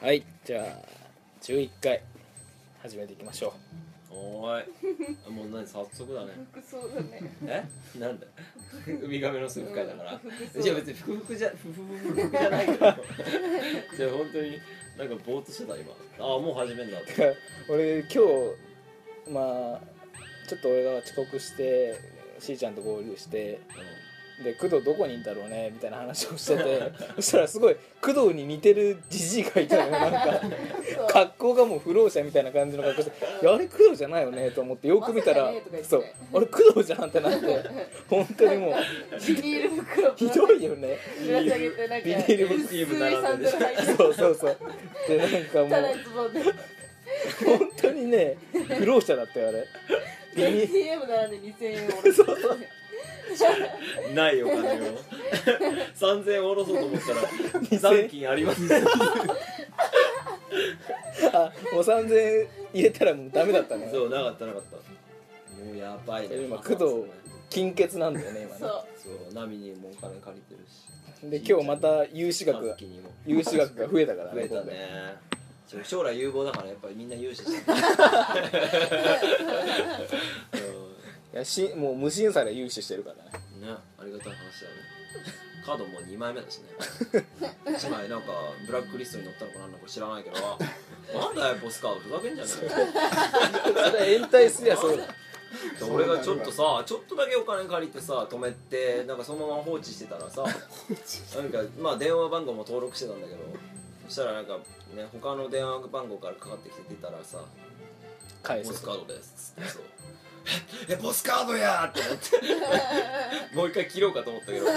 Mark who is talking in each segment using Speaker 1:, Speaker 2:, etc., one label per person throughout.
Speaker 1: はいじゃあ11回始めていきましょ
Speaker 2: おーいあもう何早速だね
Speaker 3: 服装だね。
Speaker 2: えなんだウミガメのすぐ会だから
Speaker 3: 装
Speaker 2: いや別にふくふくじゃふふふふふじゃないけどじゃあ本当になんかぼーっとしてた今ああもう始めんだと
Speaker 1: う 俺今日まあちょっと俺が遅刻してしーちゃんと合流してで工藤どこにいんだろうねみたいな話をして てそしたらすごい工藤に似てるじじいがいたのよなんか
Speaker 3: そう
Speaker 1: 格好がもう不老者みたいな感じの格好して「いやあれ工藤じゃないよね」と思ってよく見たら
Speaker 3: まさかねとか言って
Speaker 1: そうあれ工藤じゃん」ってなって本当にもう
Speaker 3: ビニール袋
Speaker 1: ひどいよね
Speaker 3: ぶら下げてなんか
Speaker 1: ビニール
Speaker 2: 袋
Speaker 3: 薄いサンダル履いて
Speaker 1: そうそうそうでなんかも
Speaker 3: ただ
Speaker 1: う
Speaker 3: ズボンで
Speaker 1: 本当にね不老者だったよあれビニ
Speaker 3: ATM 並んで2000円おろす
Speaker 2: うんないお金を3000円下ろそうと思ったら残金あります
Speaker 1: あもう3000円入れたらもうダメだったね
Speaker 2: そうなかったなかったもうやばいね
Speaker 1: 今工藤金欠なんだよね今ね
Speaker 3: そう
Speaker 2: そう波にもお金借りてるし
Speaker 1: で今日また融資額
Speaker 2: 和
Speaker 1: が
Speaker 2: 樹にも
Speaker 1: 融資額が増えたから
Speaker 2: 増えた
Speaker 1: 今回
Speaker 2: ねちょ将来有望だからやっぱりみんな融資してる
Speaker 1: いやしもう無審査で融資してるからね
Speaker 2: うんねありがたい話だねカードもう2枚目だしね1枚なんかブラックリストに載ったのかなんだか知らないけどなんだよボスカードふざけんじゃね
Speaker 1: それ延滞すりゃそうだ
Speaker 2: えよ俺がちょっとさちょっとだけお金借りてさ止めてなんかそのまま放置してたらさなんかまあ電話番号も登録してたんだけどそしたらなんかね他の電話番号からかかってきて出たらさ
Speaker 1: 返
Speaker 2: ボス
Speaker 1: す
Speaker 2: カードですっつってそう えボスカードやーってなって もう一回切ろうかと思ったけども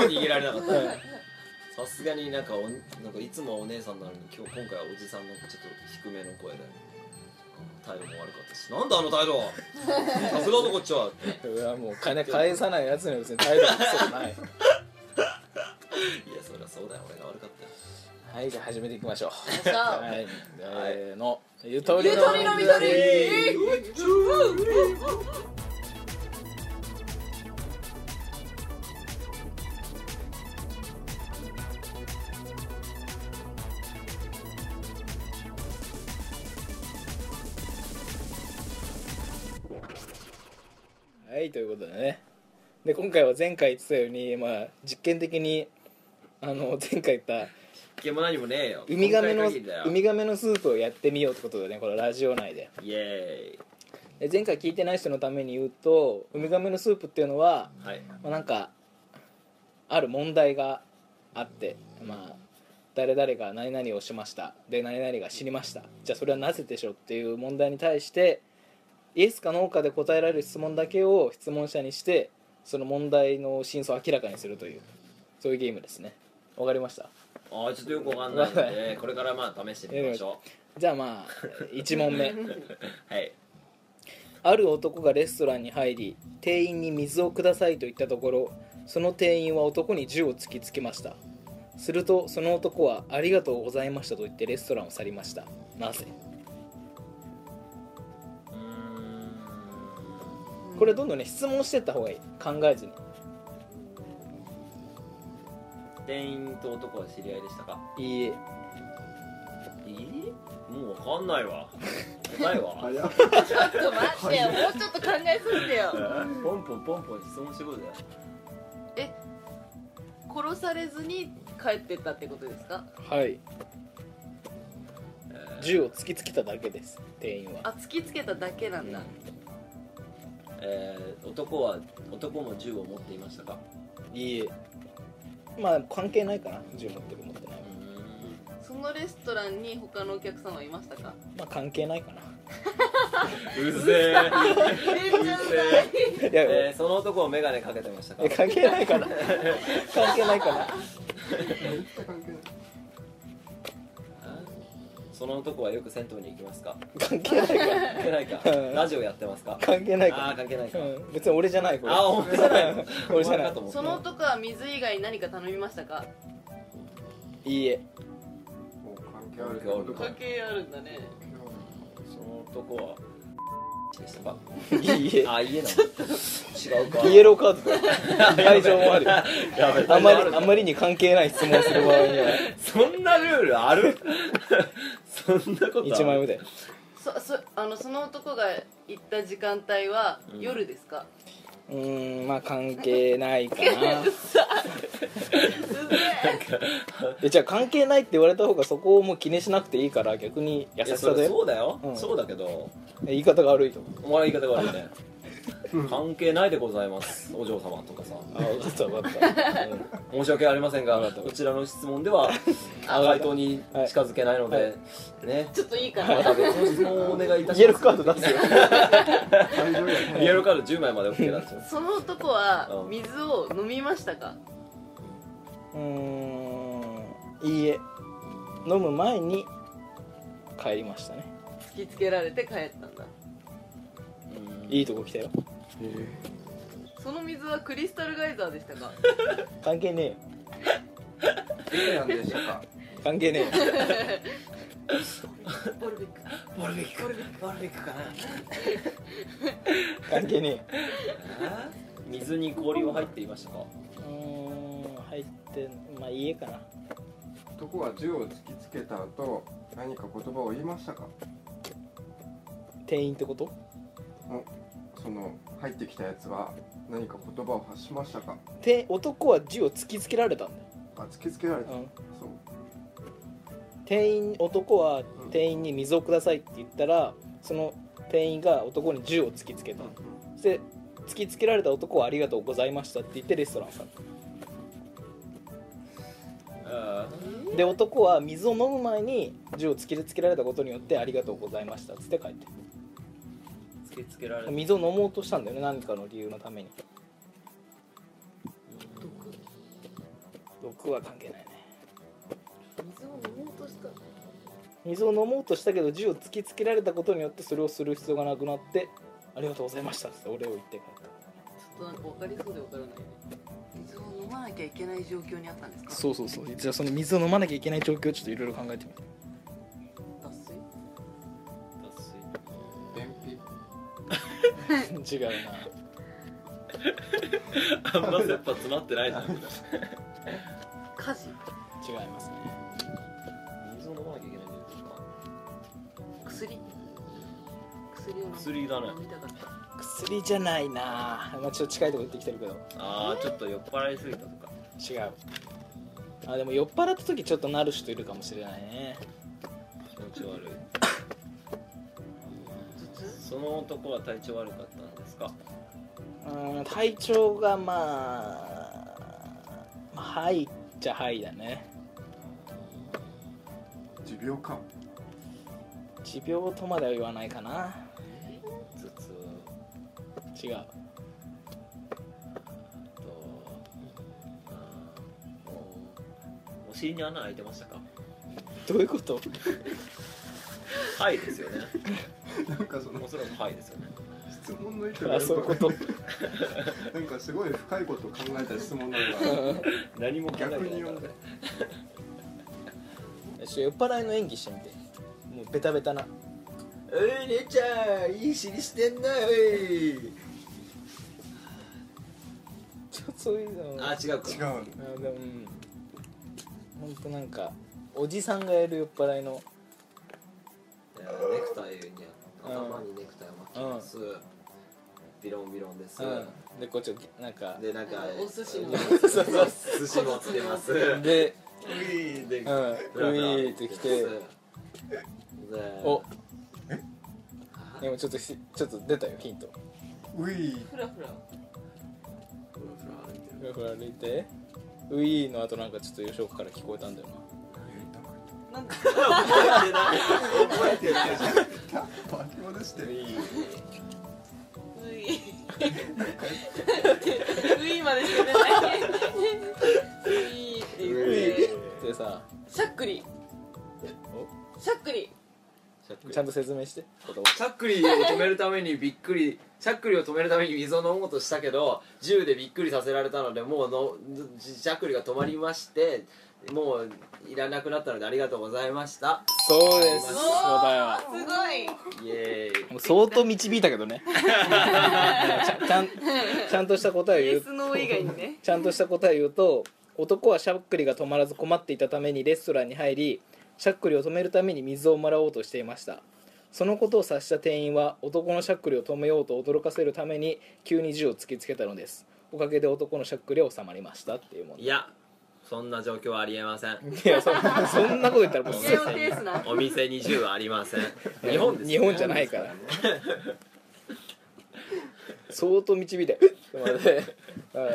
Speaker 2: う逃げられなかったさすがになんかおなんかいつもはお姉さんなのに今日今回はおじさんのちょっと低めの声であの態度も悪かったしなんだあの態度さすがだこっちはって
Speaker 1: それはもう金返さないやつには別に態度がそうない
Speaker 2: いやそりゃそうだよ俺が悪かったよ
Speaker 1: はいじゃあ始めていきましょう
Speaker 3: そう
Speaker 1: はいせーのゆとり
Speaker 3: ゆとりの
Speaker 1: の
Speaker 3: 緑
Speaker 1: 緑はいということでねで今回は前回言ってたようにまあ実験的にあの前回言った
Speaker 2: 一件も何もねえよ
Speaker 1: ウミガメの
Speaker 2: 今回限りだよ
Speaker 1: ウミガメのスープをやってみようってことでねこのラジオ内で
Speaker 2: イエ
Speaker 1: で前回聞いてない人のために言うとウミガメのスープっていうのは、
Speaker 2: ーイはい
Speaker 1: まあ、なんかある問題があってまあ誰々が何々をしましたで何々が死にましたじゃあそれはなぜでしょうっていう問題に対してイエスかノーかで答えられる質問だけを質問者にしてその問題の真相を明らかにするというそういうゲームですねわかりました
Speaker 2: ああちょっとよくわかんないのでこれからまあ試してみましょ
Speaker 1: じゃあまあ1問目
Speaker 2: うはい
Speaker 1: ある男がレストランに入り店員に水をくださいと言ったところその店員は男に銃を突きつけましたするとその男は「ありがとうございました」と言ってレストランを去りましたなぜ
Speaker 2: うーん
Speaker 1: これどんどんね質問してった方がいい考えずに
Speaker 2: 店員と男は知り合いでしたか
Speaker 1: いいえ
Speaker 2: えもうわかんないわ答え は
Speaker 3: ちょっと待ってよもうちょっと考えすぎてよ
Speaker 2: ポンポンポンポン質問してくるぜ
Speaker 3: 殺されずに帰ってったってことですか
Speaker 1: はい銃を突きつけただけです店員は
Speaker 3: あ突きつけただけなんだ
Speaker 2: えー、男は男も銃を持っていましたか
Speaker 1: いいえまあ関係ないかな銃持ってる持ってない
Speaker 3: そのレストランに他のお客さんはいましたか
Speaker 1: まあ関係ないかな
Speaker 2: うぜ
Speaker 3: えーじゃ
Speaker 1: い や、
Speaker 2: ええーその男を眼鏡かけてましたか
Speaker 1: え関係ないかな関係ないかな
Speaker 2: その男はよく銭湯に行きますか
Speaker 1: 関係ないか
Speaker 2: 関係 ない
Speaker 1: う
Speaker 2: か
Speaker 1: ん
Speaker 2: ラジオやってますか
Speaker 1: 関係ないか
Speaker 2: あー関係ないか、
Speaker 1: うん、別に俺じゃないこれ
Speaker 2: あーお前じ ゃないの
Speaker 1: 俺じゃない
Speaker 2: お前かと思った
Speaker 3: あその男は水以外に何か頼みましたか
Speaker 1: いいえ
Speaker 4: もう関係あるけど
Speaker 2: 関
Speaker 3: 係あるんだね
Speaker 2: その男はでしたか
Speaker 1: いいえ
Speaker 2: あ家なの違う か
Speaker 1: イエローカードだよ 退場もあるよ
Speaker 2: やべ
Speaker 1: あんまりあんま
Speaker 2: り
Speaker 1: りに関係ない質問する場合には
Speaker 2: そんなルールある そんなことある
Speaker 1: 1枚目で
Speaker 3: そそあのその男が行った時間帯は
Speaker 2: うん
Speaker 3: 夜ですか、
Speaker 1: うーんまあ関係ないかな えじゃあ関係ないって言われた方がそこをもう気にしなくていいから逆に優
Speaker 2: い
Speaker 1: し
Speaker 2: やそ
Speaker 1: さ
Speaker 2: れ
Speaker 1: で
Speaker 2: そうだよ、
Speaker 1: うん
Speaker 2: そうだけど
Speaker 1: 言い方が悪いと思う
Speaker 2: お前の言い方が悪いね関係ないでございますお嬢様とかさ
Speaker 1: あちょっと分かった
Speaker 2: 申し訳ありませんがこちらの質問では回答に近づけないので、ね
Speaker 3: ちょっといいか
Speaker 2: ま
Speaker 3: な
Speaker 2: た別の質問をお願いいたしま す
Speaker 1: イエローカード出すよ
Speaker 4: 大丈夫や
Speaker 2: イエローカード10枚まで OK だっちゃう
Speaker 3: その男は
Speaker 2: うん
Speaker 3: 水を飲みましたか
Speaker 1: うーんいいえ飲む前に帰りましたね
Speaker 3: 突きつけられて帰ったんだ
Speaker 1: いいとこ来たよ
Speaker 3: その水はクリスタルガイザーでしたか
Speaker 1: 関係ねえよ
Speaker 4: ええやんでしたか
Speaker 1: 関係ねえよ
Speaker 3: ボルビック
Speaker 2: ボルビックボルビックかな
Speaker 1: 関係ねえよ
Speaker 2: 水に氷は入っていましたか
Speaker 1: うーん入ってまあ家かな
Speaker 4: 男は銃を突きつけた後何か言葉を言いましたか
Speaker 1: 店員ってこと
Speaker 4: その入ってきたやつは何か言葉を発しましたか
Speaker 1: て男は銃を突きつけられたんだよ、
Speaker 4: あ突きつけられた、
Speaker 1: うん、
Speaker 4: そう
Speaker 1: 店員男は店員に水をくださいって言ったらその店員が男に銃を突きつけたそして突きつけられた男はありがとうございましたって言ってレストランさんで男は水を飲む前に銃を突きつけられたことによってありがとうございましたっつって帰って
Speaker 2: つけつけられ
Speaker 1: 水を飲もうとしたんだよね何かの理由のために毒は関係ないね
Speaker 3: 水を飲もうとした
Speaker 1: 水を飲もうとしたけど銃を突きつけられたことによってそれをする必要がなくなってありがとうございましたっつってお礼を言って帰った
Speaker 3: ちょっとなんか分かりそうで分からないね水を飲まなきゃいけない状況にあったんですか
Speaker 1: そうそうそうじゃあその水を飲まなきゃいけない状況をちょっといろいろ考えてみて
Speaker 3: 脱水
Speaker 4: 便秘
Speaker 1: 違うな
Speaker 2: あんま切羽詰まってないな
Speaker 3: 火事
Speaker 1: 違いますね
Speaker 2: 水を飲まなきゃいけないんだよ
Speaker 3: 薬薬を飲む
Speaker 2: 薬だね
Speaker 3: 飲みたかった
Speaker 1: 薬じゃないな、まあ、ちょっと近いとこ行ってきてるけど
Speaker 2: ああちょっと酔っ払いすぎたとか
Speaker 1: 違うあでも酔っ払った時ちょっとなる人いるかもしれないね
Speaker 2: 気持ち悪い
Speaker 3: 頭痛
Speaker 2: その男は体調悪かったんですか
Speaker 1: うん体調がまあまあはいっちゃはいだね
Speaker 4: 持病か
Speaker 1: 持病とまでは言わないかな
Speaker 2: 頭痛
Speaker 1: 違う
Speaker 2: とあーおお尻に穴開いてましたか
Speaker 1: どういうこと
Speaker 2: はいですよね
Speaker 4: なんかその
Speaker 2: おそらくはいですよね
Speaker 4: 質問の意図が
Speaker 1: あそういうこと
Speaker 4: なんかすごい深いことを考えた質問なのが
Speaker 1: うん
Speaker 2: 何も考えてな
Speaker 4: 逆
Speaker 2: い
Speaker 4: に
Speaker 2: か
Speaker 4: 読
Speaker 2: ら
Speaker 4: んで
Speaker 1: よし酔っ払いの演技してみてもうベタベタな
Speaker 2: おい姉ちゃんいい尻してんなおい
Speaker 1: ちょそういうの
Speaker 2: あ違うか
Speaker 4: 違うね
Speaker 1: あでもうんほんとなんかおじさんがやる酔っ払いの
Speaker 2: いやネクタイに頭にネクタイを巻きます、ビロンビロンです、
Speaker 1: うんでこっちをなんか
Speaker 2: でなんか
Speaker 3: お寿司も
Speaker 2: そうそう寿司持ってますで
Speaker 1: で
Speaker 2: ウィーで
Speaker 1: うんウィーってきて
Speaker 2: で
Speaker 1: おでもちょっとひちょっと出たよヒント
Speaker 4: うい
Speaker 3: フラ
Speaker 2: ふ
Speaker 3: フラ
Speaker 2: らふら歩いてる
Speaker 1: ふらふら歩いてウィーの後なんかちょっと吉岡から聞こえたんだよ
Speaker 3: なんか
Speaker 2: 覚えてない覚えてない
Speaker 4: バキバキして
Speaker 2: ウ
Speaker 4: る
Speaker 2: ィー
Speaker 3: ウイウイまでしてないウイって言っ
Speaker 2: ウィ
Speaker 3: て
Speaker 1: なでさ
Speaker 3: しゃっくりしゃっくり
Speaker 2: しゃっくり
Speaker 1: ちゃんと説明して言葉
Speaker 2: しゃっくりを止めるためにびっくりしゃっくりを止めるために水を飲もうとしたけど銃でびっくりさせられたのでもうのじしゃっくりが止まりましてもういらなくなったのでありがとうございました
Speaker 1: そうです
Speaker 2: おー
Speaker 1: 答えは
Speaker 5: すごい
Speaker 2: イエーイ
Speaker 1: もう相当導いたけ どねちゃちゃんちゃんとした答えを
Speaker 5: イ
Speaker 1: 言
Speaker 5: エ
Speaker 1: う
Speaker 5: スノー以外にね
Speaker 1: ちゃんとした答えを言うと男はしゃっくりが止まらず困っていたためにレストランに入りしゃっくりを止めるために水をもらおうとしていましたそのことを察した店員は男のしゃっくりを止めようと驚かせるために急に銃を突きつけたのですおかげで男のしゃっくりは収まりましたっていうもん
Speaker 2: いやそんな状況はありえません
Speaker 1: いやそんなそんなこと言ったらもう
Speaker 5: いや低温ペースな
Speaker 2: お店に銃はありません日本です
Speaker 1: 日本じゃないから 相当導いて「うっ!」って思ってだか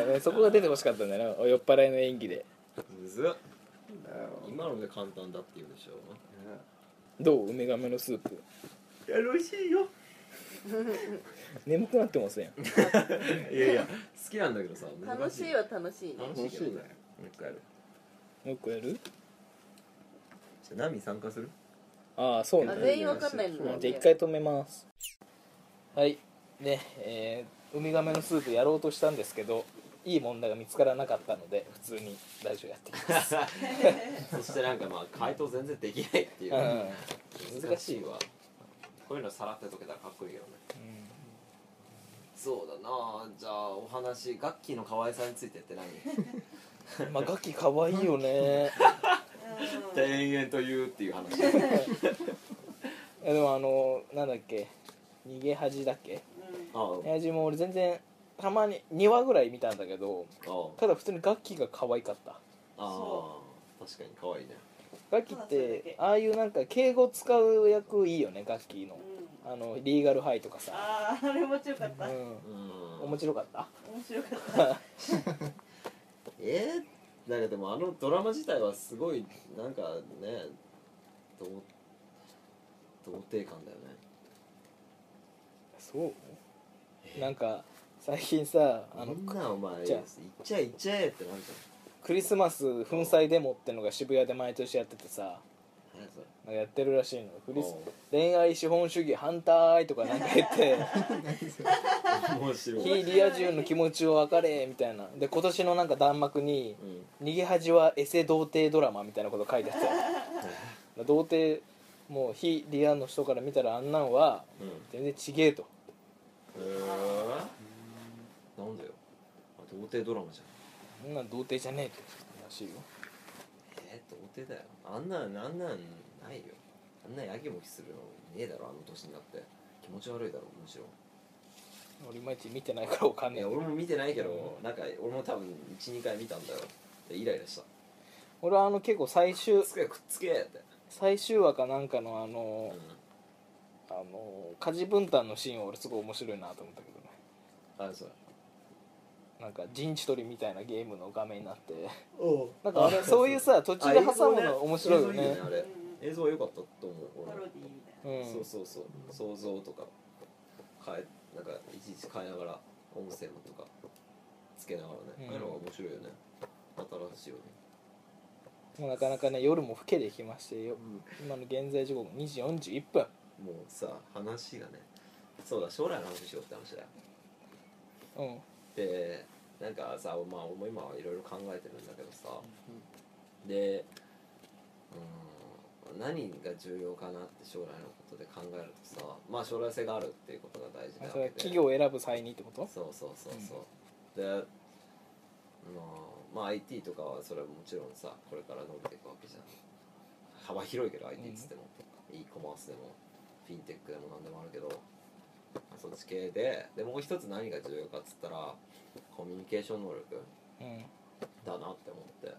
Speaker 1: らねそこが出てほしかったんだよな酔っ払いの演技で
Speaker 2: むずっ
Speaker 4: だよ
Speaker 2: 今ので簡単だって言うでしょ
Speaker 1: どう梅亀のスープ
Speaker 2: 楽しいよ
Speaker 1: 眠くなってますね
Speaker 2: いやいや好きなんだけどさ
Speaker 3: 楽しいは楽しいね
Speaker 2: 楽
Speaker 4: 楽
Speaker 2: し
Speaker 4: し
Speaker 2: いけ
Speaker 4: いけ
Speaker 2: ど
Speaker 4: ど
Speaker 2: ね
Speaker 4: ね
Speaker 2: もう一回やる
Speaker 1: もう一個やる
Speaker 2: じゃあナミ参加する
Speaker 1: ああそうな
Speaker 3: あ
Speaker 1: んだ
Speaker 3: 全員わかんないの
Speaker 1: うんじゃあ一回止めますはいねえー、ウミガメのスープやろうとしたんですけどいい問題が見つからなかったので普通にラジオやっていきます、
Speaker 2: そしてなんかまあ回答全然できないってい
Speaker 1: う
Speaker 2: う
Speaker 1: ん、難しいわ、
Speaker 2: わこういうのさらって解けたらかっこいいけどね
Speaker 1: うん
Speaker 2: そうだなじゃあお話ガッキーの可愛さについてって何
Speaker 1: まあガキ可愛いよね
Speaker 2: 延々と言うっていう話
Speaker 1: いやでもあのなんだっけ逃げ恥だっけ
Speaker 2: あ あ
Speaker 1: 逃げ恥も俺全然たまに2話ぐらい見たんだけどただ普通にガッキーが可愛かった
Speaker 2: ああ
Speaker 5: そ
Speaker 2: 確かに可愛いね
Speaker 1: ガッキーっ
Speaker 5: まあそれだ
Speaker 1: て
Speaker 5: け
Speaker 1: ああいうなんか敬語使う役いいよねガッキーの
Speaker 5: うん
Speaker 1: あのリーガルハイとかさ、
Speaker 5: あああれも強かった
Speaker 1: う
Speaker 5: 面
Speaker 1: ん、
Speaker 2: うん
Speaker 1: 面白かった
Speaker 5: 白かった
Speaker 2: えー、なんかでもあのドラマ自体はすごいなんかね童童貞感だよね
Speaker 1: そうなんか最近さあの
Speaker 2: みんなお前
Speaker 1: じゃあ
Speaker 2: 行っちゃえ行っちゃえってなるじ
Speaker 1: クリスマス粉砕デモってのが渋谷で毎年やっててさ
Speaker 2: ゃん何やそれ
Speaker 1: なんかやってるらしいのクリス
Speaker 2: おう
Speaker 1: 恋愛資本主義反対とかなんか言って
Speaker 2: 面白い、
Speaker 1: 非リア充の気持ちを分かれみたいなで今年のなんか弾幕に
Speaker 2: うん、
Speaker 1: 「逃げ恥はエセ童貞ドラマ」みたいなこと書いてあったよ童貞もう非リアの人から見たらあんなんは
Speaker 2: うん、へ
Speaker 1: 全然ちげえと
Speaker 2: えなんだよあ童貞ドラマじゃん
Speaker 1: そんなん童貞じゃねえとらしいよ
Speaker 2: えー、童貞だよあんなんあんなんないよあんなやきもきするのねえだろあの年になって気持ち悪いだろむしろ
Speaker 1: 俺いまいち見てないからわかん
Speaker 2: い
Speaker 1: ねえ
Speaker 2: や俺も見てないけどなんか俺も多分12回見たんだよでイライラした
Speaker 1: 俺はあの結構最終
Speaker 2: くっつけくっつけって、
Speaker 1: 最終話かなんかのあ
Speaker 2: うん
Speaker 1: の、あの家事分担のシーンは俺すごい面白いなと思ったけどね
Speaker 2: あそう
Speaker 1: なんか陣地取りみたいなゲームの画面になって
Speaker 2: お
Speaker 1: なんかあれそういうさ途中で挟むの面白いよね
Speaker 2: あれ映像良かったと思う
Speaker 5: パ
Speaker 2: 俺
Speaker 5: ロディみたいな
Speaker 1: うん
Speaker 2: そうそうそう想像とか変えなんかいちいち変えながら音声もとかつけながら
Speaker 1: う
Speaker 2: ね、
Speaker 1: ん
Speaker 2: ああいうのが面白いよね新しいよね
Speaker 1: もうなかなかね夜も更けてきましてよ今の現在時刻2時41分
Speaker 2: もうさ話がねそうだ将来の話しようって話だ
Speaker 1: う
Speaker 2: よ
Speaker 1: ん
Speaker 2: でなんかさまあ俺も今いろいろ考えてるんだけどさ、でうーん何が重要かなって将来のことで考えるとさまあ将来性があるっていうことが大事
Speaker 1: あ
Speaker 2: なわ
Speaker 1: そ
Speaker 2: け
Speaker 1: れ
Speaker 2: で
Speaker 1: は企業を選ぶ際にってこと
Speaker 2: そうそうそうそう、でまあ、まあ、IT とかはそれはもちろんさこれから伸びていくわけじゃん幅広いけど IT っつっても、e コマースでもフィンテックでも何でもあるけどそっち系ででもう一つ何が重要かっつったらコミュニケーション能力
Speaker 1: うん
Speaker 2: だなって思って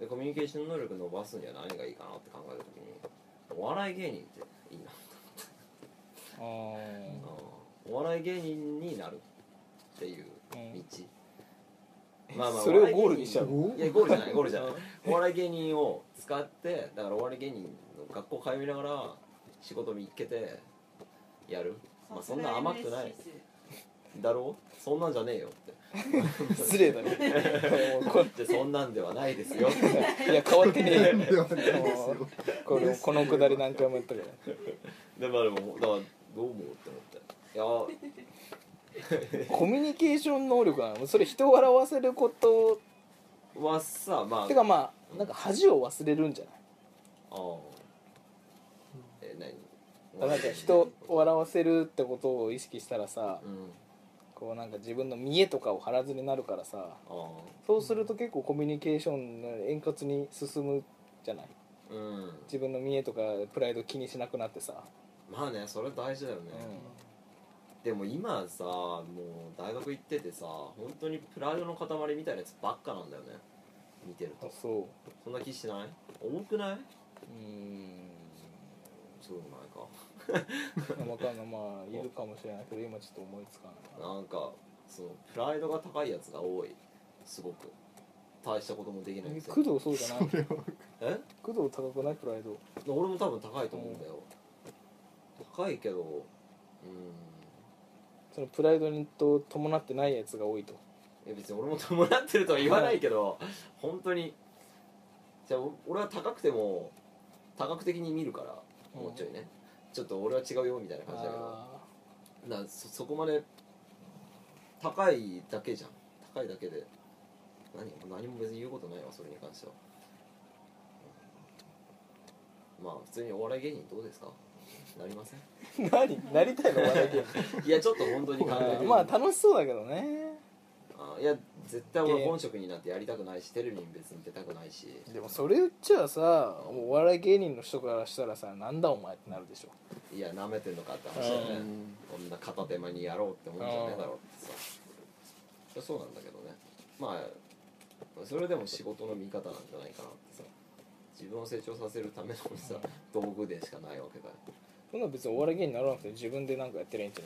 Speaker 2: でコミュニケーション能力伸ばすには何がいいかなって考えた時にお笑い芸人っていいな
Speaker 1: あー
Speaker 2: うんお笑い芸人になるっていう
Speaker 1: うん
Speaker 2: 道、
Speaker 1: それをゴールにしちゃう
Speaker 2: お笑い芸人いやゴールじゃないゴールじゃないお笑い芸人を使ってだからお笑い芸人の学校通いながら仕事見っけてやるまあそんな甘くないだろうそんなんじゃねえよって
Speaker 1: 失礼だねもうこ
Speaker 2: でそんなんではないで すよ
Speaker 1: れいや変わってねえよ
Speaker 4: ではないですよ
Speaker 1: もうこれこのくだり何回もやったから
Speaker 2: でまあでもだからどう思うって思っていや
Speaker 1: コミュニケーション能力なのそれ人を笑わせること
Speaker 2: はさまあ
Speaker 1: てかまあなんか恥を忘れるんじゃない
Speaker 2: ああえ何
Speaker 1: だからなんか人を笑わせるってことを意識したらさ
Speaker 2: うん
Speaker 1: こうなんか自分の見栄とかを張らずになるからさ
Speaker 2: ああ
Speaker 1: そうすると結構コミュニケーションの円滑に進むじゃない
Speaker 2: うん
Speaker 1: 自分の見栄とかプライド気にしなくなってさ、
Speaker 2: まあねそれ大事だよね、でも今さもう大学行っててさ本当にプライドの塊みたいなやつばっかなんだよね見てる
Speaker 1: うん
Speaker 2: と
Speaker 1: そ
Speaker 2: そんな気しない重くない
Speaker 1: う
Speaker 2: う
Speaker 1: ん
Speaker 2: そうでもないか
Speaker 1: 分かんないまあいるかもしれないけど今ちょっと思いつかない
Speaker 2: なんかそのプライドが高いやつが多いすごく大したこともできない
Speaker 1: え
Speaker 2: くせ
Speaker 1: 工
Speaker 2: に
Speaker 1: 藤そうじゃない
Speaker 2: え
Speaker 1: 工藤高くないプライド
Speaker 2: 俺も多分高いと思うんだよ、高いけどうん
Speaker 1: そのプライドにと伴ってないやつが多いと
Speaker 2: いや別に俺も 伴ってるとは言わないけど本当にじゃあお俺は高くても多角的に見るからもうちょいね、ちょっと俺は違うよみたいな感じだけど
Speaker 1: あ
Speaker 2: なそそこまで高いだけじゃん高いだけで何何も別に言うことないわそれに関してはまあ普通にお笑い芸人どうですかなりません
Speaker 1: ー 何なりたいの笑い芸人
Speaker 2: いやちょっと本当に考えて
Speaker 1: まあ楽し そうだけどね
Speaker 2: あいや絶対俺本職になってやりたくないしテレビに別に出たくないし
Speaker 1: でもそれ言っちゃあさお笑い芸人の人からしたらさなんだお前ってなるでしょ
Speaker 2: いやなめてんのかって話だよねこんな片手間にやろうってもんじゃねえだろってさいやそうなんだけどねまあそれでも仕事の見方なんじゃないかなってさ自分を成長させるためのさ道具でしかないわけだよ
Speaker 1: そんな別にお笑い芸人にならなくて自分でなんかやってりゃいいんじゃ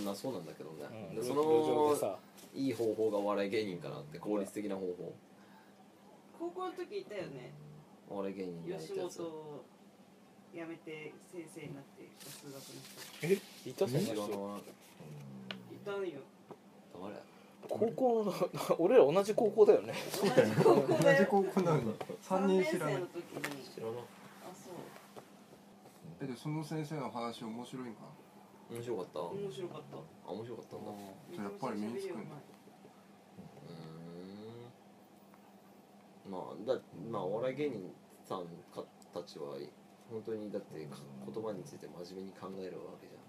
Speaker 2: うんまあそうなんだけど
Speaker 1: ない
Speaker 2: ね、、
Speaker 1: うん、
Speaker 2: で
Speaker 1: 路
Speaker 2: そ
Speaker 1: 上で
Speaker 2: の
Speaker 1: さ
Speaker 2: いい方法がお笑い芸人かなって効率的な方法
Speaker 5: 高校の時いたよね
Speaker 2: お笑い芸人になるっ
Speaker 5: 吉
Speaker 2: てや
Speaker 5: 本
Speaker 2: つ
Speaker 5: を辞めて先生になって数学の人
Speaker 1: えいたそんな
Speaker 2: 知らない
Speaker 5: い
Speaker 1: 人
Speaker 5: たんよ
Speaker 2: 誰
Speaker 1: 高校の俺ら同じ高校だよね
Speaker 5: 同じ高
Speaker 4: 同
Speaker 5: 校だ
Speaker 4: じ
Speaker 5: よ
Speaker 4: 高校なのに3
Speaker 5: 3
Speaker 4: 人
Speaker 5: 年
Speaker 4: 知らな
Speaker 5: 生
Speaker 4: い
Speaker 5: の時に
Speaker 2: 知らない
Speaker 5: あそ
Speaker 4: えでその先生の話面白いんか
Speaker 2: 面白かったあ
Speaker 5: う面白かった
Speaker 2: 面白かったんだう
Speaker 4: じゃあやっぱり身につくんだ
Speaker 2: ーんまあだまあお笑い芸人さんかたちは本当にだってか言葉について真面目に考えるわけじゃん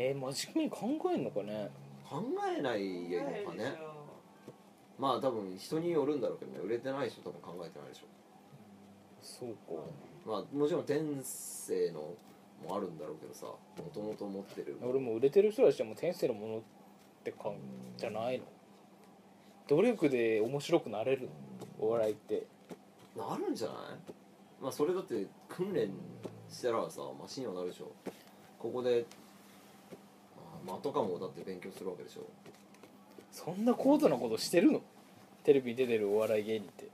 Speaker 1: えー、真面目に考えんのかね
Speaker 2: 考えないよ
Speaker 5: 考え
Speaker 2: か
Speaker 5: るでし
Speaker 2: ね
Speaker 5: ょ
Speaker 2: まあ多分人によるんだろうけどね売れてない人多分考えてないでし
Speaker 1: そうか
Speaker 2: ょまあもちろん天性のもあるんだろうけどさもともと持ってる
Speaker 1: 俺も売れてる人たちはもう天性のものって感じゃないの努力で面白くなれるのお笑いって
Speaker 2: なるんじゃないまあそれだって訓練したらさマシンにはなるでしょここで、まあ、間とかもだって勉強するわけでしょ
Speaker 1: そんな高度なことしてるのテレビに出てるお笑い芸人って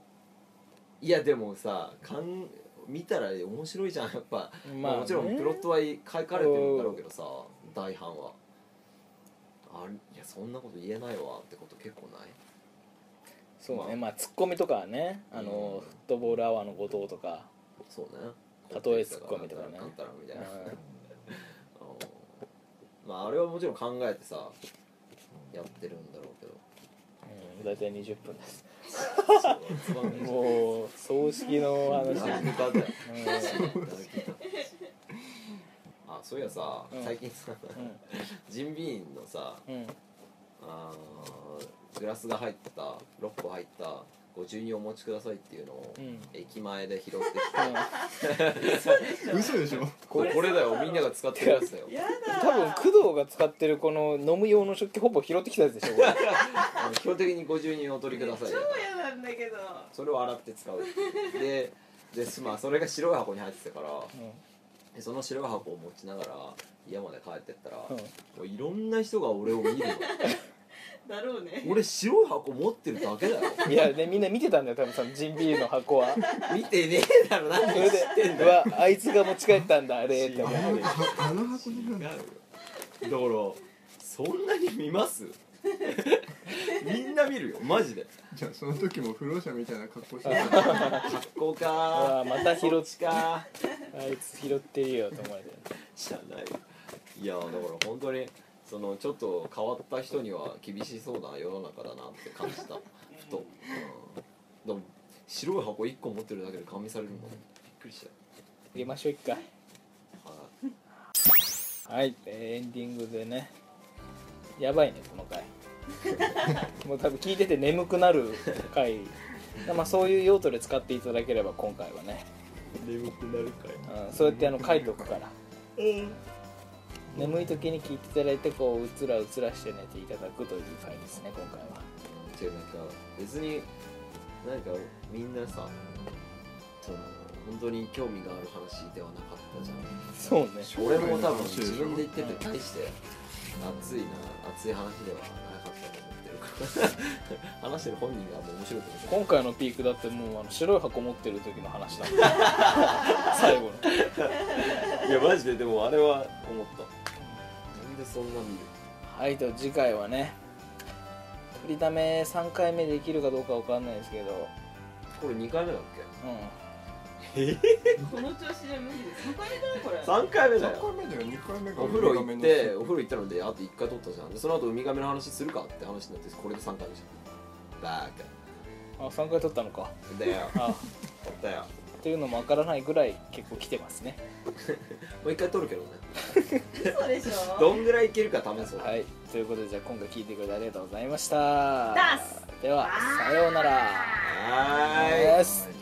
Speaker 2: いやでもさかん見たら面白いじゃんやっぱ、まあもちろんプロットは書かれてるんだろうけどさ大半はあいやそんなこと言えないわってこと結構ない
Speaker 1: そうねまあツッコミとかはねあ
Speaker 2: う
Speaker 1: の
Speaker 2: ん
Speaker 1: フットボールアワーの後藤とか
Speaker 2: そうね
Speaker 1: 例えツッコミとかね
Speaker 2: なんたらみたいな、
Speaker 1: う
Speaker 2: あのまああれはもちろん考えてさやってるんだろうけど
Speaker 1: ん大体20分です
Speaker 2: そうだね
Speaker 1: もう葬式の話
Speaker 2: 誰聞いたんだよ
Speaker 1: うん
Speaker 2: 誰聞い たあそういやさ
Speaker 1: うん
Speaker 2: 最近さジンビーンのさ
Speaker 1: うんうん
Speaker 2: あーグラスが入った6個入ったご注入お持ちくださいっていうのを
Speaker 1: うん
Speaker 2: 駅前で拾 ってきて、
Speaker 4: 嘘でしょ
Speaker 2: これこれだよみんなが使ってるやつだよ
Speaker 5: やだ
Speaker 1: 多分工藤が使ってるこの飲む用の食器ほぼ拾ってきたやつでしょこれ
Speaker 2: あの基本的にご注入お取りください
Speaker 5: 超嫌なんだけど
Speaker 2: それを洗って使うっていうでで、まあ、それが白い箱に入ってたからでその白い箱を持ちながら家まで帰ってったら、
Speaker 1: うん
Speaker 2: もういろんな人が俺を見るの
Speaker 5: だろうね
Speaker 2: 俺白い箱持ってるだけだよ
Speaker 1: うんいやねみんな見てたんだよ多分そのジンビールの箱は
Speaker 2: 見てねえだろ なん
Speaker 1: そ
Speaker 2: で
Speaker 1: れでうわあいつが持ち帰ったんだあれって思って
Speaker 4: あの箱になんだ
Speaker 2: なるよだからそんなに見ます みんな見るよマジで
Speaker 4: じゃあその時も不老者みたいな格好してた
Speaker 2: 格好
Speaker 1: うわ
Speaker 2: か
Speaker 1: また拾
Speaker 2: そ
Speaker 1: っ
Speaker 2: っちか
Speaker 1: あいつ拾ってるよと思われて
Speaker 2: じゃないいやだから本当にそのちょっと変わった人には厳しそうな世の中だなって感じたふと、うん、でも白い箱一個持ってるだけで加味されるのびっくりし
Speaker 1: 入れましょう一回
Speaker 2: たはい
Speaker 1: はいえーエンディングでねやばいねこの回もう多分聞いてて眠くなる回まあそういう用途で使っていただければ今回はね
Speaker 2: 眠くなるかい
Speaker 1: うんそうやってあの書いておくから、眠い時に聞いていただいてこううつらうつらして寝ていただくという回ですね今回は
Speaker 2: 違うなんか別になんかみんなさその本当に興味がある話ではなかったじゃん
Speaker 1: そうね
Speaker 2: 俺も多分
Speaker 4: 面白い
Speaker 2: 自分で言ってて大して熱いな熱い話ではなかったと思ってるから 話してる本人がもう面白いと思って
Speaker 1: 今回のピークだってもうあの白い箱持ってる時の話だもん最後の
Speaker 2: るいやマジででもあれは思ったなんでそんな見る
Speaker 1: はいと次回はね取りため3回目できるかどうかわかんないですけど
Speaker 2: これ2回目だっ
Speaker 1: う
Speaker 2: けえ
Speaker 5: この調子じゃ無理です。迎えだよこれ。
Speaker 2: 3回目だ
Speaker 4: 3
Speaker 2: よ
Speaker 4: 回目だよ2回目が
Speaker 2: お風呂
Speaker 4: ウミ
Speaker 2: 行
Speaker 4: ガ
Speaker 2: っ
Speaker 4: メ
Speaker 2: てお
Speaker 4: の
Speaker 2: 風呂行ったのであと1回撮ったじゃんでその後ウミガメの話するかって話になってこれで3回目じゃんバ
Speaker 1: んあ3回取ったのか
Speaker 2: ーカだよ
Speaker 1: あ
Speaker 2: 撮ったよ
Speaker 1: というのもわからないぐらい結構来てますね
Speaker 2: もう1回撮るけどね
Speaker 6: 嘘でしょ
Speaker 2: どんぐらいいけるか試そう
Speaker 1: はいということでじゃあ今回聞いてくれてありがとうございました
Speaker 6: ダス
Speaker 1: ではさようなら
Speaker 2: はーい
Speaker 1: です